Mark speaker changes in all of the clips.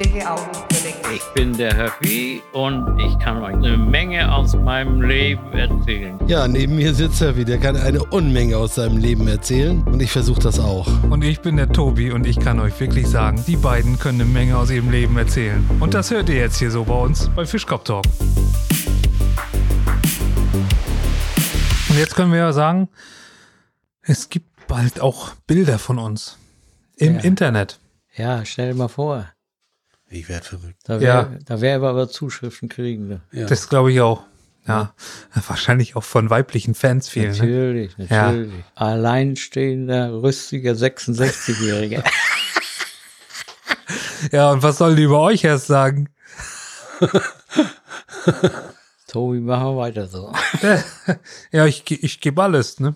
Speaker 1: Ich bin der Höfi und ich kann euch eine Menge aus meinem Leben erzählen.
Speaker 2: Ja, neben mir sitzt Höfi, der kann eine Unmenge aus seinem Leben erzählen und ich versuche das auch.
Speaker 3: Und ich bin der Tobi und ich kann euch wirklich sagen, die beiden können eine Menge aus ihrem Leben erzählen. Und das hört ihr jetzt hier so bei uns bei Fischkopf Talk. Und jetzt können wir ja sagen, es gibt bald auch Bilder von uns im
Speaker 4: Ja.
Speaker 3: Internet.
Speaker 4: Ja, stell dir mal vor.
Speaker 2: Ich werde verrückt.
Speaker 4: Da
Speaker 3: Ja.
Speaker 4: wär, da wär wir aber Zuschriften kriegen. Ne?
Speaker 2: Ja.
Speaker 3: Das glaube ich auch. Ja, wahrscheinlich auch von weiblichen Fans fehlen. Ne?
Speaker 4: Natürlich,
Speaker 3: Ja.
Speaker 4: natürlich. Alleinstehender, rüstiger 66-Jähriger.
Speaker 3: Ja, und was sollen die über euch erst sagen?
Speaker 4: Tobi, machen wir weiter so.
Speaker 3: Ja, ich, ge- ich gebe alles, ne?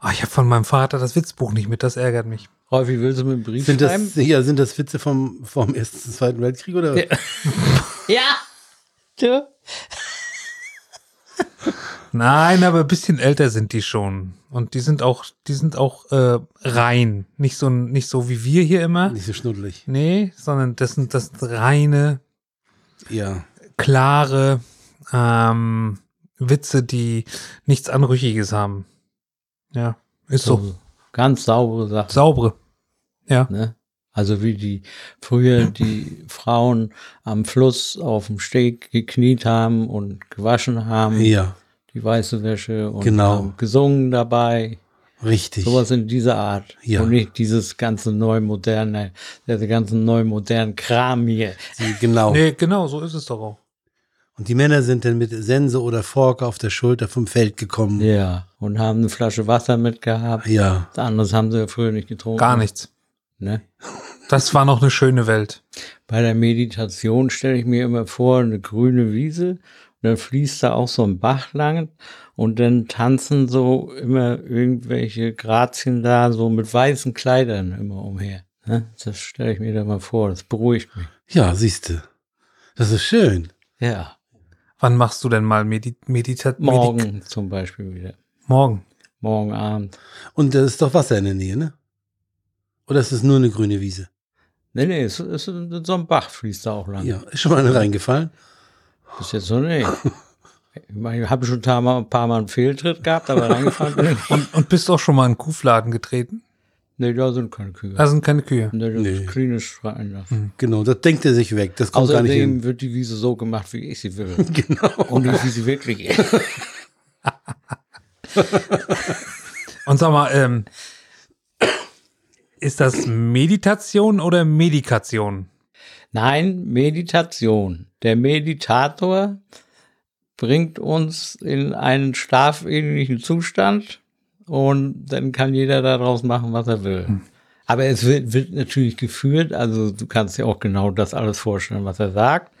Speaker 3: Ah, ich habe von meinem Vater das Witzbuch nicht mit, das ärgert mich.
Speaker 4: Rolfi, willst du mir einen Brief
Speaker 2: Sind
Speaker 4: schreiben?
Speaker 2: das, ja, sind das Witze vom, vom Ersten, Zweiten Weltkrieg oder?
Speaker 4: Ja. Ja! Du?
Speaker 3: Nein, aber ein bisschen älter sind die schon. Und die sind auch, die sind auch äh, rein. Nicht so, nicht so wie wir hier immer.
Speaker 2: Nicht so schnuddelig.
Speaker 3: Nee, sondern das sind, das sind reine,
Speaker 2: Ja.
Speaker 3: klare ähm, Witze, die nichts Anrüchiges haben. Ja, ist so.
Speaker 4: Also, Ganz saubere Sache.
Speaker 3: Saubere.
Speaker 4: Ne? Also wie die früher die Frauen am Fluss auf dem Steg gekniet haben und gewaschen haben,
Speaker 2: Ja,
Speaker 4: die weiße Wäsche und
Speaker 2: Genau.
Speaker 4: haben gesungen dabei.
Speaker 2: richtig.
Speaker 4: Sowas in dieser Art.
Speaker 2: Ja.
Speaker 4: Und nicht dieses ganze neu moderne, diese ganzen neu modernen Kram hier.
Speaker 2: Die, genau.
Speaker 3: Nee, genau, so ist es doch auch.
Speaker 2: Und die Männer sind dann mit Sense oder Fork auf der Schulter vom Feld gekommen.
Speaker 4: Ja. Und haben eine Flasche Wasser mitgehabt.
Speaker 2: Ja.
Speaker 4: Das anderes haben sie ja früher nicht getrunken.
Speaker 3: Gar nichts.
Speaker 4: Ne?
Speaker 3: Das war noch eine schöne Welt.
Speaker 4: Bei der Meditation stelle ich mir immer vor, eine grüne Wiese. Und dann fließt da auch so ein Bach lang. Und dann tanzen so immer irgendwelche Grazien da, so mit weißen Kleidern immer umher. Ne? Das stelle ich mir da mal vor. Das beruhigt mich.
Speaker 2: Ja, siehst du. Das ist schön.
Speaker 4: Ja.
Speaker 3: Wann machst du denn mal Medi Meditat? Medi
Speaker 4: Morgen zum Beispiel wieder.
Speaker 3: morgen.
Speaker 4: Morgen Abend.
Speaker 2: Und da ist doch Wasser in der Nähe, ne? Oder ist es nur eine grüne Wiese?
Speaker 4: Nee, nee, es ist so ein Bach fließt da auch lang.
Speaker 2: Ja, ist schon mal eine reingefallen.
Speaker 4: Bis jetzt noch nicht. Ich, meine, ich habe schon ein paar, mal, ein paar Mal einen Fehltritt gehabt, aber reingefahren bin ich. nicht.
Speaker 3: Und bist auch schon mal in einen Kuhfladen getreten?
Speaker 4: Nee, da sind keine Kühe.
Speaker 3: Da sind keine Kühe.
Speaker 4: nee, das
Speaker 2: Also, nee.
Speaker 4: ist klinisch verändert.
Speaker 2: Genau, das denkt er sich weg. Das kommt gar nicht hin.
Speaker 4: Außerdem wird die Wiese so gemacht, wie ich sie will.
Speaker 2: Genau.
Speaker 4: Und nicht, wie sie wirklich ist.
Speaker 3: Und sag mal, ähm, ist das Meditation oder Medikation?
Speaker 4: Nein, Meditation. Der Meditator bringt uns in einen schlafähnlichen Zustand und dann kann jeder daraus machen, was er will. Aber es wird, wird natürlich geführt, also du kannst dir auch genau das alles vorstellen, was er sagt.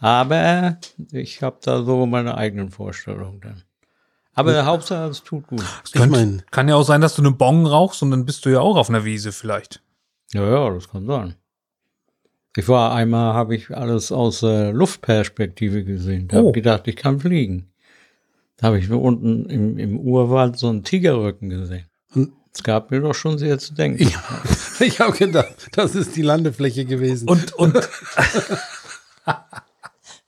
Speaker 4: Aber ich habe da so meine eigenen Vorstellungen dann. Aber Hauptsache, es tut gut.
Speaker 2: Ich meine,
Speaker 3: Kann ja auch sein, dass du eine Bong rauchst und dann bist du ja auch auf einer Wiese vielleicht.
Speaker 4: Ja, ja, das kann sein. Ich war einmal, habe ich alles aus äh, Luftperspektive gesehen. Da
Speaker 3: Oh.
Speaker 4: habe gedacht, ich kann fliegen. Da habe ich nur unten im, im Urwald so einen Tigerrücken gesehen.
Speaker 2: Hm.
Speaker 4: Es gab mir doch schon sehr zu denken.
Speaker 2: ich, ich habe gedacht, das ist die Landefläche gewesen.
Speaker 3: Und, und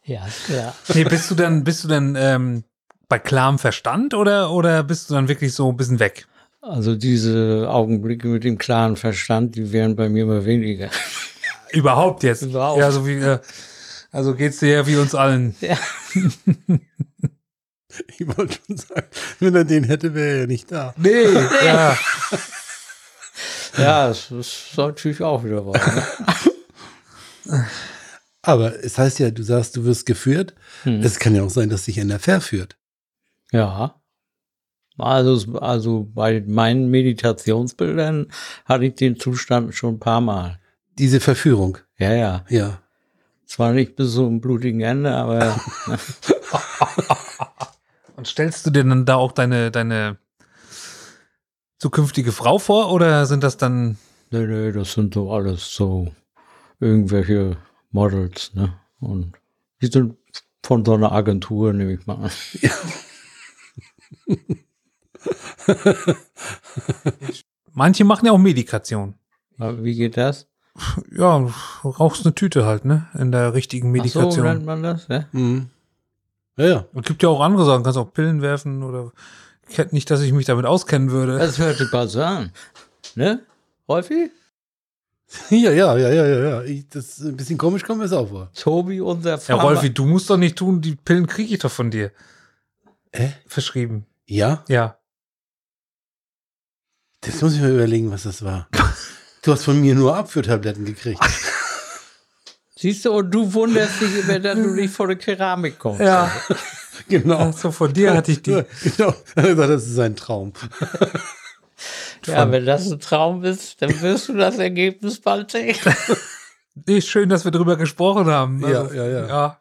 Speaker 4: Ja, ist klar.
Speaker 3: nee, bist du dann, bist du dann ähm, bei klarem Verstand oder, oder bist du dann wirklich so ein bisschen weg?
Speaker 4: Also diese Augenblicke mit dem klaren Verstand, die wären bei mir immer weniger.
Speaker 3: Überhaupt jetzt.
Speaker 4: Überhaupt.
Speaker 3: Ja, so wie, äh, also geht's dir ja wie uns allen.
Speaker 2: ich wollte schon sagen, wenn er den hätte, wäre er ja nicht da.
Speaker 3: Nee, ja.
Speaker 4: Ja, das ist natürlich auch wieder wahr. Ne?
Speaker 2: Aber es heißt ja, du sagst, du wirst geführt.
Speaker 4: Hm.
Speaker 2: Es kann ja auch sein, dass dich einer verführt.
Speaker 4: Ja. Also, also bei meinen Meditationsbildern hatte ich den Zustand schon ein paar Mal.
Speaker 2: Diese Verführung,
Speaker 4: Ja, ja.
Speaker 2: ja.
Speaker 4: Zwar nicht bis zum blutigen Ende, aber
Speaker 3: Und stellst du dir dann da auch deine, deine zukünftige Frau vor oder sind das dann
Speaker 4: nö, nö, das sind so alles so irgendwelche Models, ne? Und die sind von so einer Agentur, nehme ich mal an.
Speaker 3: Manche machen ja auch Medikation.
Speaker 4: Wie geht das?
Speaker 3: Ja, rauchst eine Tüte halt, ne? In der richtigen
Speaker 4: Ach so
Speaker 3: Medikation.
Speaker 4: nennt man das, ja?
Speaker 2: Mhm. Ja, ja.
Speaker 3: Es gibt ja auch andere Sachen, kannst auch Pillen werfen oder ich hätte nicht, dass ich mich damit auskennen würde.
Speaker 4: Das hört sich besser an. Ne? Häufig?
Speaker 2: Ja, ja, ja, ja, ja, ja. Ich, das ein bisschen komisch kommt mir es auch vor.
Speaker 4: Tobi, unser
Speaker 3: Ja,
Speaker 4: Farmer.
Speaker 3: Rolfi, du musst doch nicht tun, die Pillen kriege ich doch von dir.
Speaker 2: Hä?
Speaker 3: Verschrieben.
Speaker 2: Ja,
Speaker 3: Ja.
Speaker 2: das muss ich mir überlegen, was das war. Du hast von mir nur Abführtabletten gekriegt.
Speaker 4: Siehst du, und du wunderst dich immer, dass du nicht vor der Keramik kommst.
Speaker 3: Ja,
Speaker 2: Genau.
Speaker 3: also von dir hatte ich die.
Speaker 2: Genau. Er hat gesagt, Das ist ein Traum.
Speaker 4: ja wenn das ein Traum ist, dann wirst du das Ergebnis bald sehen.
Speaker 3: Nee, schön, dass wir drüber gesprochen haben. Also,
Speaker 2: Ja, ja, ja.
Speaker 3: ja.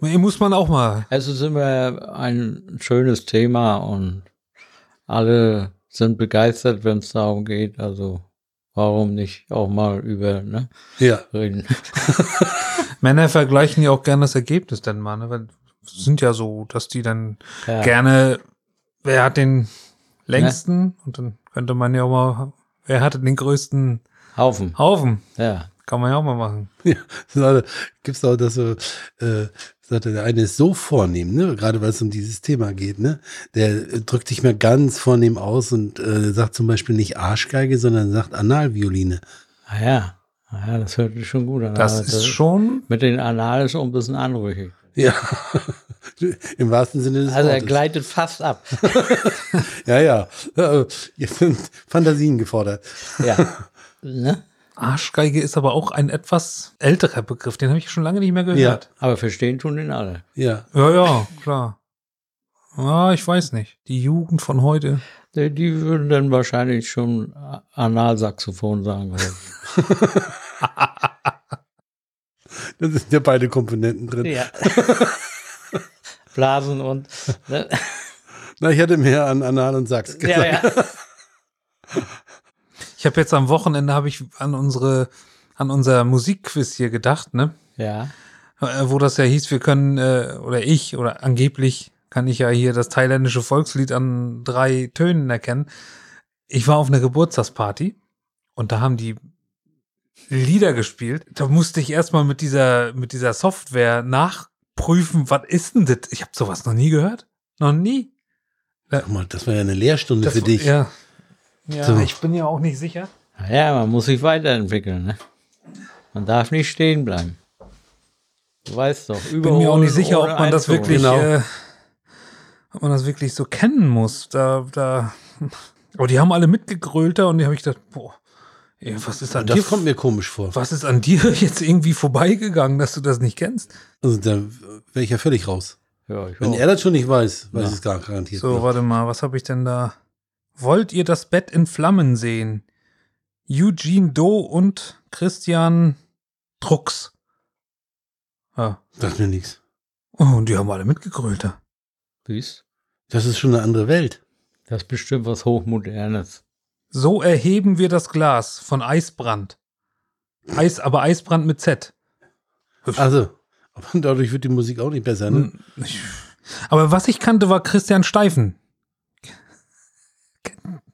Speaker 3: Man- Muss man auch mal.
Speaker 4: Es ist immer Also ein schönes Thema und alle sind begeistert, wenn es darum geht. Also warum nicht auch mal über ne,
Speaker 2: Ja.
Speaker 4: reden?
Speaker 3: Männer vergleichen ja auch gerne das Ergebnis dann mal, ne? Weil es sind ja so, dass die dann
Speaker 4: Ja.
Speaker 3: gerne, wer hat den längsten? Und dann könnte man ja auch mal, wer hatte den größten
Speaker 4: Haufen.
Speaker 3: Haufen?
Speaker 4: Ja.
Speaker 3: Kann man ja auch mal machen.
Speaker 2: Gibt gibt's auch das so, äh, sagte der eine ist so vornehm, ne? gerade weil es um dieses Thema geht, ne? Der äh, drückt sich mal ganz vornehm aus und äh, sagt zum Beispiel nicht Arschgeige, sondern sagt Analvioline.
Speaker 4: Ah ja. Ah ja, also das hört sich schon gut an.
Speaker 3: Das
Speaker 4: aber
Speaker 3: ist schon
Speaker 4: Mit den Anal ist auch ein bisschen anrüchig.
Speaker 2: Ja. Im wahrsten Sinne des
Speaker 4: Also er
Speaker 2: Wortes.
Speaker 4: gleitet fast ab.
Speaker 2: Ja, ja. Äh, Jetzt sind Fantasien gefordert.
Speaker 4: Ja. ne?
Speaker 3: Arschgeige ist aber auch ein etwas älterer Begriff, den habe ich schon lange nicht mehr gehört.
Speaker 4: Aber verstehen tun ihn alle.
Speaker 2: Ja.
Speaker 3: Ja, ja, klar. Ah, ich weiß nicht. Die Jugend von heute.
Speaker 4: Die, die würden dann wahrscheinlich schon Analsaxophon sagen.
Speaker 2: Da sind ja beide Komponenten drin.
Speaker 4: ja. Blasen und. Ne?
Speaker 2: Na, ich hatte mehr an Anal und Sachs gesagt.
Speaker 4: Ja, ja.
Speaker 3: Ich habe jetzt am Wochenende habe ich an unsere an unser Musikquiz hier gedacht, ne?
Speaker 4: ja.
Speaker 3: Äh, Wo das ja hieß, wir können äh, oder ich oder angeblich kann ich ja hier das thailändische Volkslied an drei Tönen erkennen. Ich war auf einer Geburtstagsparty und da haben die Lieder gespielt. Da musste ich erstmal mit dieser mit dieser Software nachprüfen, was ist denn das? Ich habe sowas noch nie gehört. Noch nie.
Speaker 2: Guck mal, das war ja eine Lehrstunde
Speaker 3: Das-
Speaker 2: für dich.
Speaker 3: Ja. Ja,
Speaker 2: So.
Speaker 3: ich bin ja auch nicht sicher.
Speaker 4: ja, man muss sich weiterentwickeln. Ne? Man darf nicht stehen bleiben. Du weißt doch.
Speaker 3: bin mir auch nicht sicher, ob
Speaker 4: ohne
Speaker 3: man das
Speaker 4: einzuholen.
Speaker 3: wirklich,
Speaker 2: Genau.
Speaker 3: äh, ob man das wirklich so kennen muss. Da, da. Aber die haben alle mitgegrölt da und die habe ich gedacht, boah, ey, was ist an
Speaker 2: Das
Speaker 3: dir?
Speaker 2: kommt mir komisch vor.
Speaker 3: Was ist an dir jetzt irgendwie vorbeigegangen, dass du das nicht kennst?
Speaker 2: Also da wäre ich ja völlig raus.
Speaker 4: Ja, ich
Speaker 2: Wenn
Speaker 4: auch.
Speaker 2: er das schon nicht weiß, weiß
Speaker 4: Ja.
Speaker 2: ich es gar garantiert.
Speaker 3: So,
Speaker 2: nicht.
Speaker 3: warte mal, was habe ich denn da? Wollt ihr das Bett in Flammen sehen? Eugene Doe und Christian Drucks. Ja.
Speaker 2: Sagt mir nichts.
Speaker 3: Oh, und die haben alle mitgegrölt da.
Speaker 4: Süß.
Speaker 2: Das ist schon eine andere Welt.
Speaker 4: Das ist bestimmt was Hochmodernes.
Speaker 3: So erheben wir das Glas von Eisbrand. Eis, aber Eisbrand mit Z.
Speaker 2: Also, aber dadurch wird die Musik auch nicht besser. Ne?
Speaker 3: Hm, ich- Aber was ich kannte, war Christian Steifen.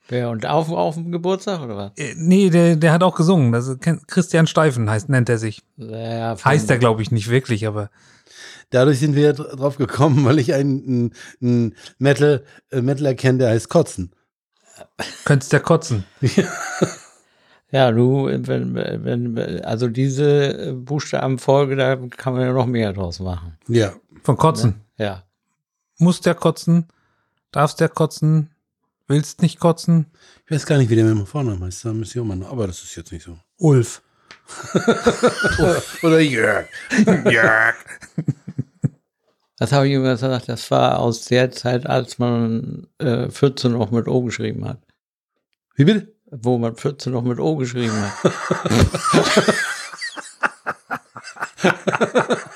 Speaker 4: Wer und auf, auf dem Geburtstag oder was?
Speaker 3: Äh, Nee, der, der hat auch gesungen. Das ist Ken- Christian Steifen heißt, nennt er sich.
Speaker 4: Ja, von-
Speaker 3: Heißt er, glaube ich, nicht wirklich, aber
Speaker 2: Dadurch sind wir ja dr- drauf gekommen, weil ich einen, einen, einen Metal, äh, Metaler kenne, der heißt Kotzen.
Speaker 3: könntest ja kotzen.
Speaker 4: Ja, du, wenn, wenn, also diese äh, Buchstabenfolge, da kann man ja noch mehr draus machen. ne?
Speaker 2: Ja.
Speaker 3: Von kotzen.
Speaker 4: Ja.
Speaker 3: Musst der kotzen, darfst der kotzen, willst nicht kotzen.
Speaker 2: Ich weiß gar nicht, wie der mit dem Vornamen heißt. Da müsste ich auch mal noch. Aber das ist jetzt nicht so.
Speaker 3: Ulf.
Speaker 2: Oder Jörg. Jörg.
Speaker 4: Das habe ich immer gesagt, das war aus der Zeit, als man äh, 14 noch mit O geschrieben hat.
Speaker 2: Wie bitte?
Speaker 4: Wo man 14 noch mit O geschrieben hat.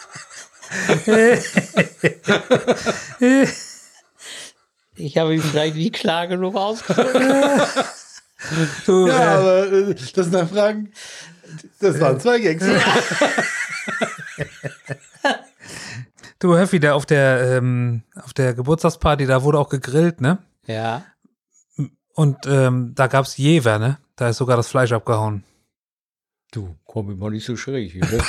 Speaker 4: Ich habe ihm gleich nicht klar genug ausgedrückt.
Speaker 3: Du,
Speaker 2: Ja,
Speaker 3: äh,
Speaker 2: aber äh, das Nachfragen, das waren zwei Gags.
Speaker 3: du Höffi, der auf der, ähm, auf der Geburtstagsparty, da wurde auch gegrillt, ne?
Speaker 4: Ja.
Speaker 3: Und ähm, da gab's Jever, ne? Da ist sogar das Fleisch abgehauen.
Speaker 4: Du, komm mir mal nicht so schräg hier. ne?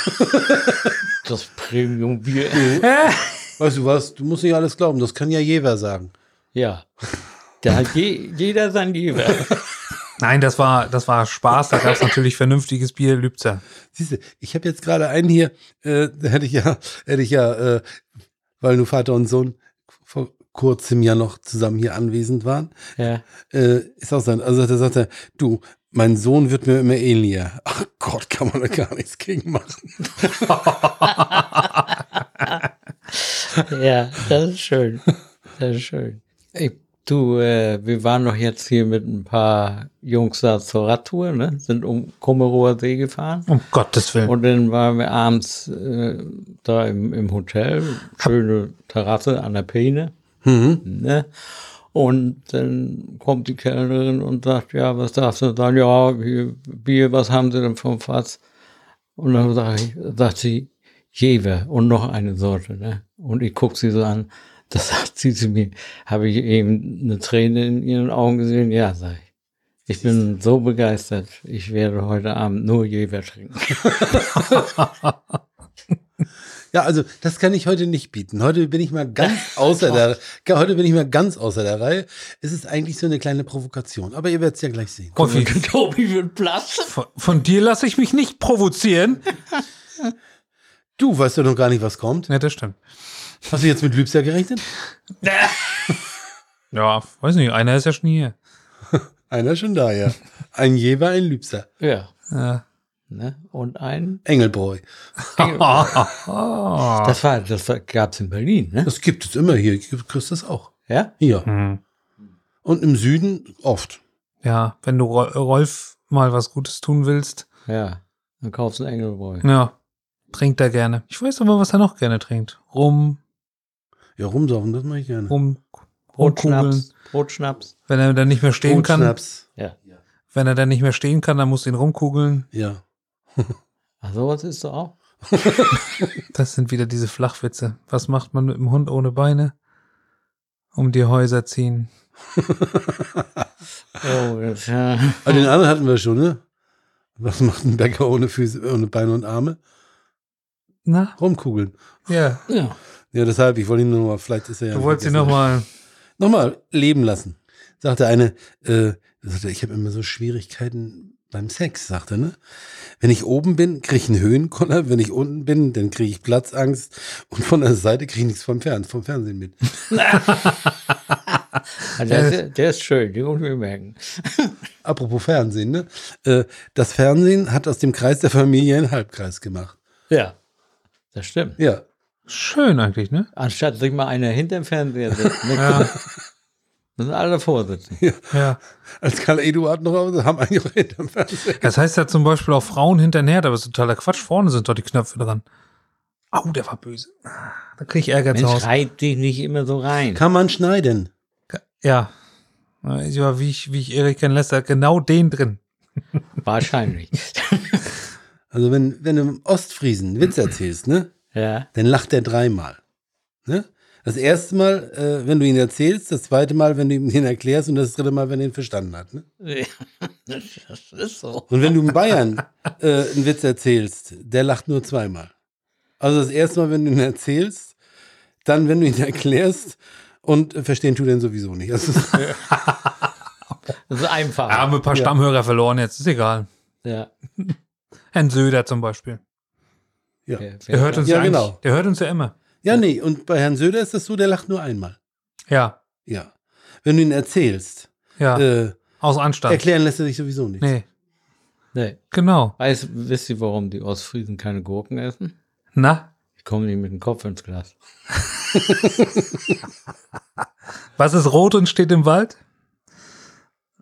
Speaker 4: das Premium-Bier.
Speaker 3: Äh.
Speaker 2: Weißt du was? Du musst nicht alles glauben. Das kann ja jeder sagen.
Speaker 4: Ja. Da hat je, jeder sein Lieber.
Speaker 3: Nein, das war, das war Spaß. Da gab es natürlich vernünftiges Bier, Lübzer.
Speaker 2: Siehste, ich habe jetzt gerade einen hier, äh, da hätte ich ja, hätte ich ja, äh, weil nur Vater und Sohn vor kurzem ja noch zusammen hier anwesend waren,
Speaker 4: Ja.
Speaker 2: äh, ist auch sein, also da sagt er, du, mein Sohn wird mir immer ähnlicher. Ach Gott, kann man da gar nichts gegen machen.
Speaker 4: ja, das ist schön. Das ist schön. Ey, du, äh, wir waren doch jetzt hier mit ein paar Jungs da zur Radtour, ne? Sind um Kummerower See gefahren.
Speaker 3: Um Gottes Willen.
Speaker 4: Und dann waren wir abends äh, da im, im Hotel, schöne Terrasse an der Peene. Ne? Und dann kommt die Kellnerin und sagt, ja, was darfst du? Dann, ja, hier, Bier, was haben sie denn vom Fass? Und dann sag ich, sagt sie, Jever und noch eine Sorte. Ne? Und ich guck sie so an, das sagt sie zu mir, habe ich eben eine Träne in ihren Augen gesehen? Ja, sag ich. Ich bin so begeistert, ich werde heute Abend nur Jever trinken.
Speaker 2: Ja, also das kann ich heute nicht bieten. Heute bin ich mal ganz außer der, heute bin ich mal ganz außer der Reihe. Es ist eigentlich so eine kleine Provokation, aber ihr werdet es ja gleich sehen.
Speaker 3: Rolfi,
Speaker 4: Tobi wird blass.
Speaker 3: von, von dir lasse ich mich nicht provozieren.
Speaker 2: Du weißt ja noch gar nicht, was kommt.
Speaker 3: Ja, das stimmt.
Speaker 2: Hast du jetzt mit Lübser gerechnet?
Speaker 3: Ja, weiß nicht, einer ist ja schon hier.
Speaker 2: Einer schon da, ja. Ein Jever, ein Lübser.
Speaker 4: Ja.
Speaker 3: Ja.
Speaker 4: Ne? Und ein.
Speaker 2: Engelbräu.
Speaker 3: Ah.
Speaker 4: Das war, das gab es in Berlin, ne?
Speaker 2: Das gibt es immer hier. Du kriegst das auch.
Speaker 4: Ja?
Speaker 2: Hier.
Speaker 3: Hm.
Speaker 2: Und im Süden oft.
Speaker 3: Ja, wenn du Ro- Rolf mal was Gutes tun willst,
Speaker 4: Ja. Dann kaufst du einen Engelbräu.
Speaker 3: ja, trinkt er gerne. Ich weiß aber, was er noch gerne trinkt. Rum,
Speaker 2: Ja, rumsaufen, das mache ich gerne.
Speaker 3: rum, rumkugeln.
Speaker 4: Brotschnaps. Brotschnaps.
Speaker 3: Wenn er dann nicht mehr stehen kann,
Speaker 2: Schnaps.
Speaker 3: wenn er dann nicht mehr stehen kann, dann musst du ihn rumkugeln.
Speaker 2: Ja.
Speaker 4: Ach, sowas ist doch auch.
Speaker 3: Das sind wieder diese Flachwitze. Was macht man mit dem Hund ohne Beine? Um die Häuser ziehen.
Speaker 4: Oh, das, ja.
Speaker 2: Aber den anderen hatten wir schon, ne? Was macht ein Bäcker ohne Füße, ohne Beine und Arme?
Speaker 3: Na,
Speaker 2: Rumkugeln.
Speaker 3: ja.
Speaker 4: ja.
Speaker 2: Ja, deshalb, ich wollte ihn nur mal, vielleicht ist er ja.
Speaker 3: Du wolltest ihn
Speaker 2: vergessen.
Speaker 3: nochmal.
Speaker 2: Nochmal leben lassen. Sagte eine, äh, sagte, ich habe immer so Schwierigkeiten beim Sex, sagte, ne? Wenn ich oben bin, kriege ich einen Höhenkoller, wenn ich unten bin, dann kriege ich Platzangst und von der Seite kriege ich nichts vom, Fern vom Fernsehen mit.
Speaker 4: Ah, Der, ist, der ist schön, den muss ich mir merken.
Speaker 2: Apropos Fernsehen, ne? Äh, das Fernsehen hat aus dem Kreis der Familie einen Halbkreis gemacht.
Speaker 4: Ja. Das stimmt.
Speaker 2: Ja.
Speaker 3: Schön eigentlich, ne?
Speaker 4: Anstatt sich mal einer hinterm Fernseher setzt. Ne? Müssen alle davor sitzen.
Speaker 3: Ja.
Speaker 2: Als Karl Eduard noch war, haben eigentlich auch hinterm Fernsehen.
Speaker 3: Das heißt ja zum Beispiel auch Frauen hinterher, aber das ist totaler Quatsch. Vorne sind doch die Knöpfe dran. Au, der war böse. Da krieg ich Ärger zu
Speaker 4: Mensch,
Speaker 3: Hause.
Speaker 4: reit dich nicht immer so rein.
Speaker 2: Kann man schneiden.
Speaker 3: Ja. Ja, wie ich, wie ich Erik kennenlässt, hat genau den drin.
Speaker 4: Wahrscheinlich.
Speaker 2: Also wenn, wenn du im Ostfriesen einen Witz erzählst, ne?
Speaker 4: ja.
Speaker 2: Dann lacht er dreimal. Ne? Das erste Mal, äh, wenn du ihn erzählst, das zweite Mal, wenn du ihm den erklärst und das dritte Mal, wenn er ihn verstanden hat. Ne?
Speaker 4: Ja, Das ist so.
Speaker 2: Und wenn du in Bayern äh, einen Witz erzählst, der lacht nur zweimal. Also das erste Mal, wenn du ihn erzählst, dann, wenn du ihn erklärst und äh, verstehen tut er ihn sowieso nicht. Also,
Speaker 4: Das ist einfach.
Speaker 3: Ja, haben wir ein paar Stammhörer verloren jetzt. Ist egal.
Speaker 4: ja.
Speaker 3: Herrn Söder zum Beispiel.
Speaker 2: ja.
Speaker 4: Wer- wer-
Speaker 3: Der hört uns
Speaker 2: Ja,
Speaker 3: ja, eigentlich-
Speaker 2: genau.
Speaker 3: Der hört uns ja immer.
Speaker 2: ja, nee, und bei Herrn Söder ist das so, der lacht nur einmal.
Speaker 3: Ja.
Speaker 2: Ja. Wenn du ihn erzählst,
Speaker 3: Ja.
Speaker 2: äh,
Speaker 3: Aus Anstand.
Speaker 2: erklären lässt er sich sowieso nicht.
Speaker 3: Ah, Nee.
Speaker 4: Nee.
Speaker 3: Genau.
Speaker 4: Weiß, wisst ihr, warum die Ostfriesen keine Gurken essen?
Speaker 3: Na,
Speaker 4: Die kommen nicht mit dem Kopf ins Glas.
Speaker 3: was ist rot und steht im Wald?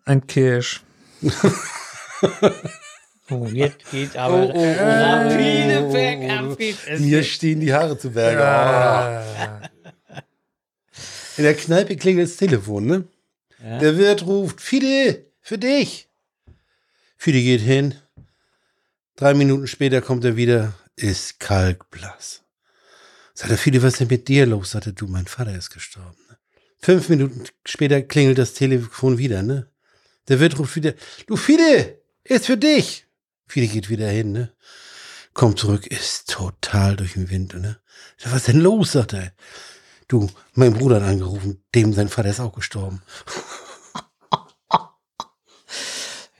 Speaker 3: Ein Kirsch.
Speaker 4: Oh, jetzt geht
Speaker 2: Oh, oh,
Speaker 4: aber.
Speaker 2: oh,
Speaker 4: Rapide weg,
Speaker 2: oh, oh,
Speaker 4: rapide.
Speaker 2: oh. Mir stehen die Haare zu Berge. Oh.
Speaker 3: Ah.
Speaker 2: In der Kneipe klingelt das Telefon, ne?
Speaker 4: Ja.
Speaker 2: Der Wirt ruft, Fide, für dich. Fide geht hin. Drei Minuten später kommt er wieder, ist kalkblass. Sagt er, Fide, was ist denn mit dir los? Sagt er, du, mein Vater ist gestorben. ne? Fünf Minuten später klingelt das Telefon wieder, ne? Der Wirt ruft wieder, du Fide, ist für dich. Viele geht wieder hin, ne? Kommt zurück, ist total durch den Wind, ne? Ich sag, Was ist denn los, sagt er. Du, mein Bruder hat angerufen, dem sein Vater ist auch gestorben.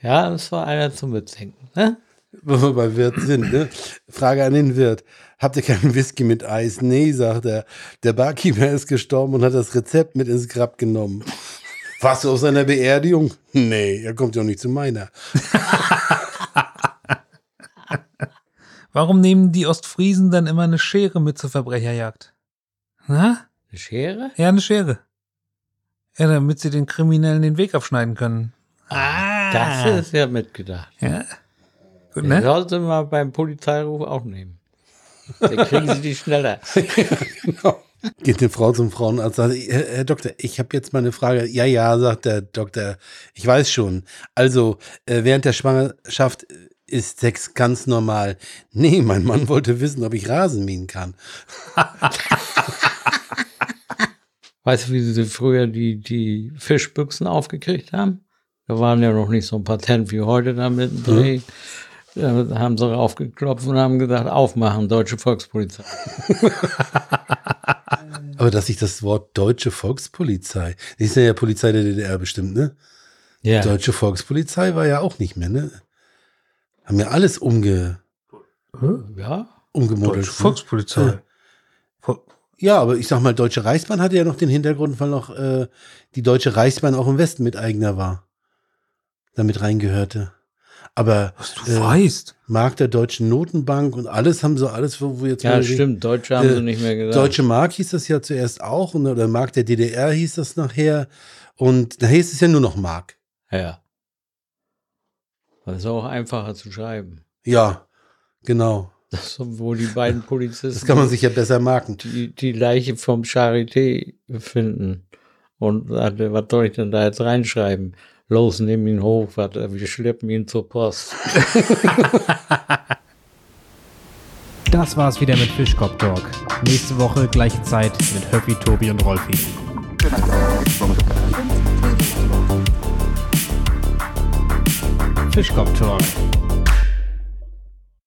Speaker 4: Ja, das war einer zum Mitdenken. Ne?
Speaker 2: Wo wir bei Wirt sind, ne? Frage an den Wirt. Habt ihr keinen Whisky mit Eis? Nee, sagt er. Der Barkeeper ist gestorben und hat das Rezept mit ins Grab genommen. Warst du auf seiner Beerdigung? Nee, er kommt ja auch nicht zu meiner.
Speaker 3: Warum nehmen die Ostfriesen dann immer eine Schere mit zur Verbrecherjagd? Na?
Speaker 4: Eine Schere?
Speaker 3: Ja, eine Schere. Ja, damit sie den Kriminellen den Weg abschneiden können. Ah,
Speaker 4: Das ist ja mitgedacht.
Speaker 3: Ja. Gut,
Speaker 4: Ne?
Speaker 3: ne?
Speaker 4: Sollte man beim Polizeiruf auch nehmen. Dann kriegen sie die schneller.
Speaker 2: Geht eine Frau zum Frauenarzt, sagt, Herr, Herr Doktor, ich habe jetzt mal eine Frage. Ja, ja, sagt der Doktor, ich weiß schon. Also, äh, während der Schwangerschaft äh, ist Sex ganz normal. Nee, mein Mann wollte wissen, ob ich Rasen mähen kann.
Speaker 4: Weißt du, wie sie früher die, die Fischbüchsen aufgekriegt haben? Da waren ja noch nicht so ein Patent wie heute damit. Dreh. Da haben sie aufgeklopft und haben gesagt, aufmachen, deutsche Volkspolizei.
Speaker 2: Aber dass ich das Wort deutsche Volkspolizei, das ist ja ja Polizei der DDR bestimmt, ne?
Speaker 4: Ja.
Speaker 2: Deutsche Volkspolizei war ja auch nicht mehr, ne? Haben ja alles umge,
Speaker 4: ja.
Speaker 2: umgemodelt.
Speaker 3: Deutsche
Speaker 2: ne?
Speaker 3: Volkspolizei.
Speaker 2: Ja.
Speaker 3: Vol-
Speaker 2: Ja, aber ich sag mal, Deutsche Reichsbahn hatte ja noch den Hintergrund, weil noch äh, die Deutsche Reichsbahn auch im Westen mit eigener war. Damit reingehörte. Aber
Speaker 3: Was du
Speaker 2: Äh,
Speaker 3: weißt.
Speaker 2: Mark der Deutschen Notenbank und alles haben so alles, wo, wo jetzt.
Speaker 4: ja,
Speaker 2: mal die-
Speaker 4: stimmt, Deutsche haben
Speaker 2: äh,
Speaker 4: sie nicht mehr gesagt.
Speaker 2: Deutsche Mark hieß das ja zuerst auch und, oder Mark der DDR hieß das nachher. Und nachher hieß es ja nur noch Mark.
Speaker 4: Ja. Das ist auch einfacher zu schreiben.
Speaker 2: Ja, genau.
Speaker 4: Das ist so, wo die beiden Polizisten
Speaker 2: Das kann man sich ja besser marken.
Speaker 4: die, die Leiche vom Charité finden. Und sagte, was soll ich denn da jetzt reinschreiben? Los, nimm ihn hoch, was, wir schleppen ihn zur Post.
Speaker 5: Das war's wieder mit Fischkopf Talk. Nächste Woche gleiche Zeit mit Höppi, Tobi und Rolfi. Fischkopf Talk.